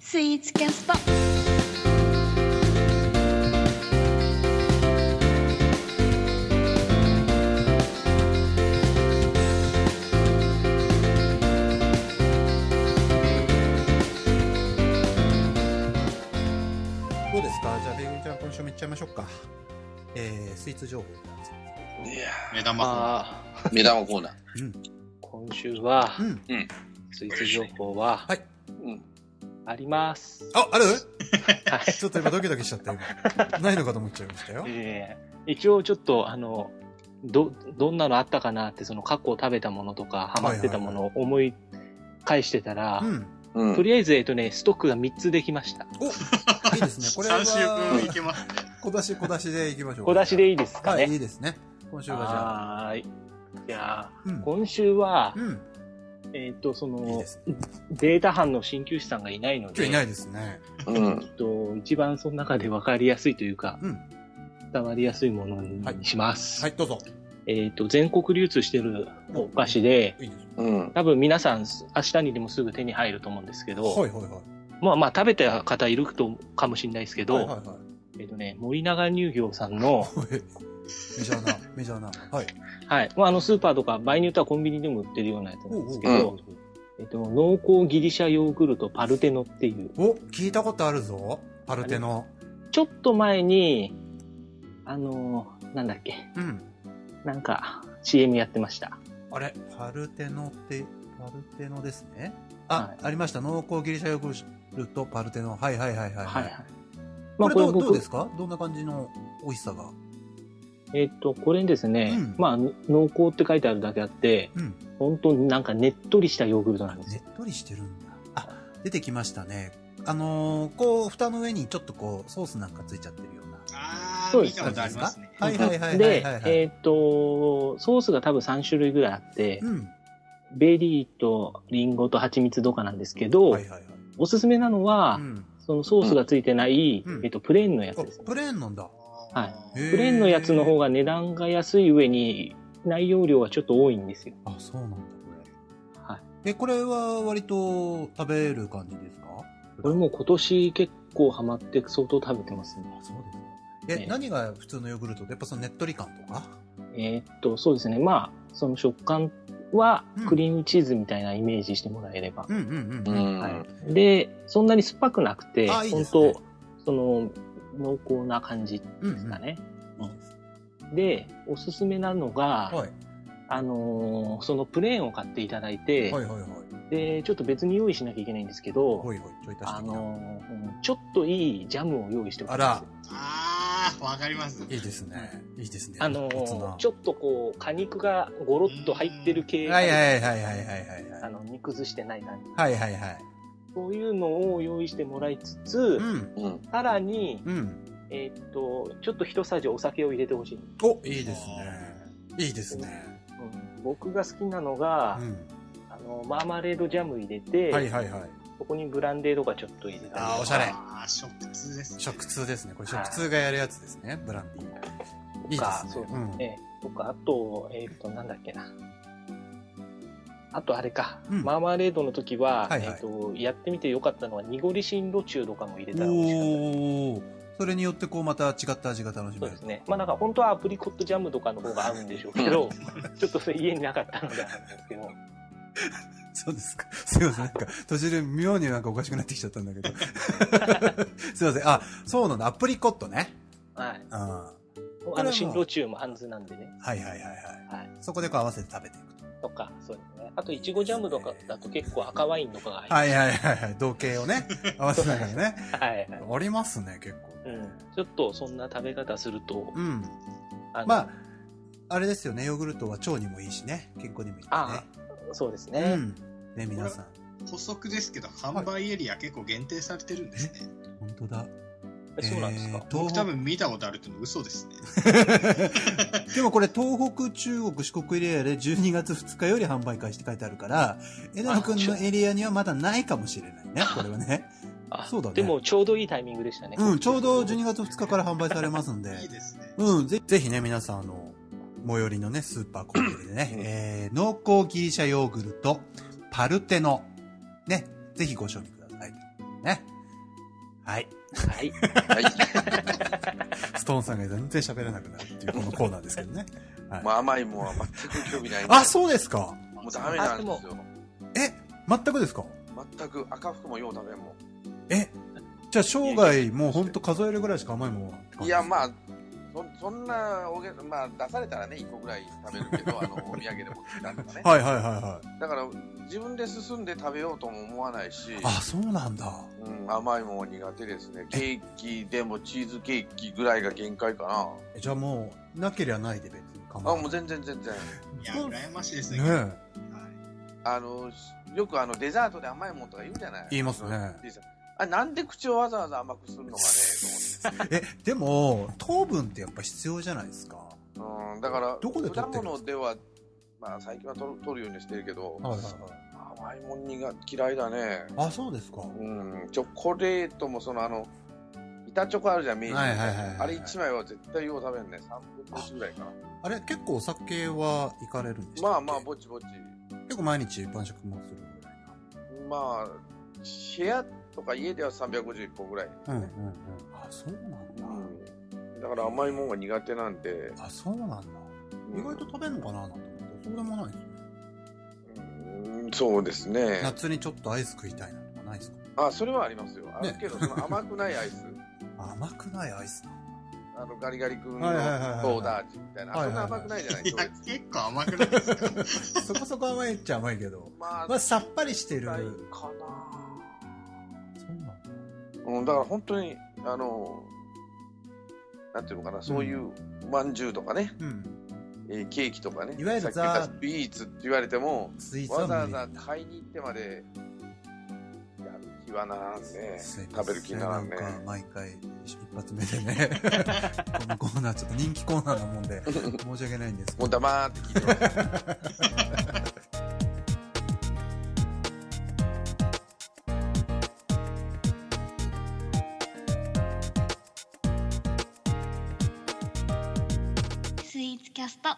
スイーツキャストどうですかじゃあ、めぐみちゃん、今週もいっちゃいましょうか。えー、スイーツ情報なんですけいや目玉まあ、目玉コーナー。今週はど。、うん。スイーツ情報ははい。うん。あります。あ、あるはいちょっと今ドキドキしちゃったよ。今 ないのかと思っちゃいましたよ。えー一応ちょっと、あの、ど、どんなのあったかなって、その過去食べたものとか、ハマってたものを思い返してたらう、ん。うん。とりあえず、えっとね、ストックが3つできました。おいいですね。これ三週は分いけ ますね。小出し小出しでいきましょう。小出しでいいいですかはい、いね。いですね。今週はじゃあ。はーい。いやうんー。今週は、うん。えっと、そいいので、す。データ班の鍼灸師さんがいないの今で、日いないですね。うん。えっと、一番その中で分かりやすいというか、うん。伝わりやすいものにはいします。はい、どうぞ。えっ、と、全国流通してるお菓子で、いいです。うん。多分皆さん明日にでもすぐ手に入ると思うんですけど、はいはいはい。まあまあ食べた方いるとかもしれないですけど、はいはいはえっ、とね、森永乳業さんの、い。はいメジャーな、メジャーな。はい。はい、まああのスーパーとか場合によってはコンビニでも売ってるようなやつなんですけど、おうえっ、と、濃厚ギリシャヨーグルトパルテノっていう、おうお、聞いたことあるぞ。パルテノ。ちょっと前に、あのーなんだっけ、うん。なんか CM やってました。あれパルテノって、パルテノですね。はあい、ありました。濃厚ギリシャヨーグルト、パルテノ。はいはいはいはい。はいはい。これどう僕どうですかどんな感じの美味しさが。えっと、これですね、うんまあ、濃厚って書いてあるだけあって、うん。本当になんかねっとりしたヨーグルトなんですよ。ねっとりしてるんだ。あ、出てきましたね。あのーこう、蓋の上にちょっとこう、ソースなんかついちゃってるような。あーー、見見たたこことありますね。はいはいはいはいではい、はい。えっと、ソースが多分3種類ぐらいあって、うん。ベリーとリンゴと蜂蜜とかなんですけど、はいはいはい。おすすめなのは、うん。そのソースがついてない、うんえっと、プレーンのやつですあ、。プレーンなんだ。はへプレーンのやつの方が。が値段が安い上に、内容量がちょっと多いんですよ。あ、そうなんだ、こはい。れ。え、これは割と食べる感じですかこれもう今年結構ハマって相当食べてますねあ。そうですか。え、ええ何が普通のヨーグルトでやっぱそのねっとり感とかえーっと、そうですね。まあ、その食感はうんクリームチーズみたいなイメージしてもらえれば。うんうんうん。ううん、ん。はい、で、そんなに酸っぱくなくて、あいい本ですね当その、濃厚な感じでうん、すかね。いいです。で、おすすめなのが、はい。あのーそのプレーンを買っていただいて、はいはいはい。で、ちょっと別に用意しなきゃいけないんですけど、ほいほい、ちょい足しあてきた。のーうんちょっといいジャムを用意しておきます。あー、わかります。いいですね。いいですね。あのー大人ちょっとこう、果肉がゴロッと入ってる系、はいはいはいはいはいはいはあい。の、煮崩してない感じ。はいはいはい。そういうのを用意してもらいつつ、うん。うん。さらに、うん。えーっと、ちょっと一さじお酒を入れてほしい、お、いいですね。いいですね。うん僕が好きなのが、うん。あの、マーマレードジャム入れて、はいはいはい。そこにブランデーとかちょっと入れて。あーおしゃれあー、食通ですね。食通ですね。これはい食通がやるやつですね。ブランディー。いいかですね。そうえーとか、あと、えーっと、なんだっけな。あと、あれか、うんマーマレードの時は、はいはいえーっと、やってみてよかったのは、濁りしんろ中とかも入れうんたら美味しかったです。おー。それによってこうまた違った味が楽しそめるうです。ね。まあなんか本当はアプリコットジャムとかの方が合うんでしょう けど、ちょっとそれ家になかったのであれなんですけど。そうですか。すいません。なんか、途中で妙になんかおかしくなってきちゃったんだけ ど。すいません。あ、そうなんだ。アプリコットね。はい。うん。はあの、進路中もハンズなんでね。いはいはいはい。はい。そこでこう合わせて食べていくと。とか、そうですね。あと、いちごジャムとかだと結構赤ワインとかが入ってはいはいはいはい。同型を ね、合わせながらね。はいはい。ありますね、結う構ね。ん。ちょっとそんな食べ方すると、うん。あのまあ、あれですよね、ヨーグルトは腸にもいいしね、健康にもいいしね。あそうですうね。ん。ね、皆さん。補足ですけど、販売エリア結構限定されてるんですね。本当だ。えそうなんですか。えー僕多東分見たことあるっていうの嘘ですね。北でもこれ、東北、中国、四国エリアで12月2日より販売開始って書いてあるから、枝野くんのエリアにはまだないかもしれないね、これはね。あそうだねでも、ちょうどいいタイミングでしたね。うん、ちょうど12月2日から販売されますんで。いいですね。うん、ぜぜひね、皆さん、あの、最寄りのね、スーパーコンビニでね、えー、濃厚ギリシャヨーグルト、パルテノ、ね、ぜひご賞味ください。ね。はい。はい。はい。ストーンさんが全然喋らなくなるっていうこのコーナーですけどね。はいまあ甘いもんは全く興味ないんであ、そうですか。もうダメなんですよ。え、全くですか全く赤服もよう食べんもえ、じゃあ生涯もうほんと数えるぐらいしか甘いもんは。ん。いや、あ。まあ、そそんなおげ、まあ、出されたらね、1個ぐらい食べるけど、あの、お土産でもなんとかね。はいはいはいはい。だから、自分で進んで食べようとも思わないし、あ、そうなんだ。うん、甘いもんは苦手ですね。ケーキでもチーズケーキぐらいが限界かな。えじゃあもう、なけりゃないで別に構わあ、ないもう全然全然。いや、そう羨ましいですね。はいねあの、よくあの、デザートで甘いもんとか言うじゃない言いますねデザあ、なんで口をわざわざ甘くするのかね、と思って。え。え、でも、糖分ってやっぱ必要じゃないですか。はうん、だから、どこで取果ってるんですか物では、まあ、最近は取る取るようにしてるけど、いはいはい。甘いもん苦嫌いだね。あ、そうですか。うん、チョコレートもそのあの、板チョコあるじゃん、明治のはいはいはいはいあれ1枚は絶対よう食べんね。3分の1ぐらいかな。あれ、結構お酒は行かれるんですかまあまあ、ぼちぼち。結構毎日晩酌もするぐらいまあ、部屋とか家では351個ぐらい。な。うんうんうん。あ、そうなんだ。うんだから甘いもんが苦手なんで、あ、そうなんだ。うん意外と食べるのかななんて思ったらそうでもないですね。うんそうですね。夏にちょっとアイス食いたいなとかないですかあ、それはありますよ。あねるけど、そ の甘くないアイス。甘くないアイスなあの、ガリガリ君のはいはいはいはいソーダ味みたいな。はあいそはんいはない甘くないじゃないいですやか。、結構甘くないですかそこそこ甘いっちゃ甘いけど。まあ、まあ、さっぱりしてる。辛いそかうなんだ。な。うん、だから本当に、あの、なんていうのかな、そういう、まんじゅうとかね、うん。えーケーキとかね。いわゆるさっき言ったザスピーツって言われても、スイーツわはざわ無理。ざ買いに行ってまでやる気はならんねすいません食べる気にならんねなんか毎回一発目でね このコーナーちょっと人気コーナーなもんで申し訳ないんですけもどう黙って聞いてますスイーツキャスト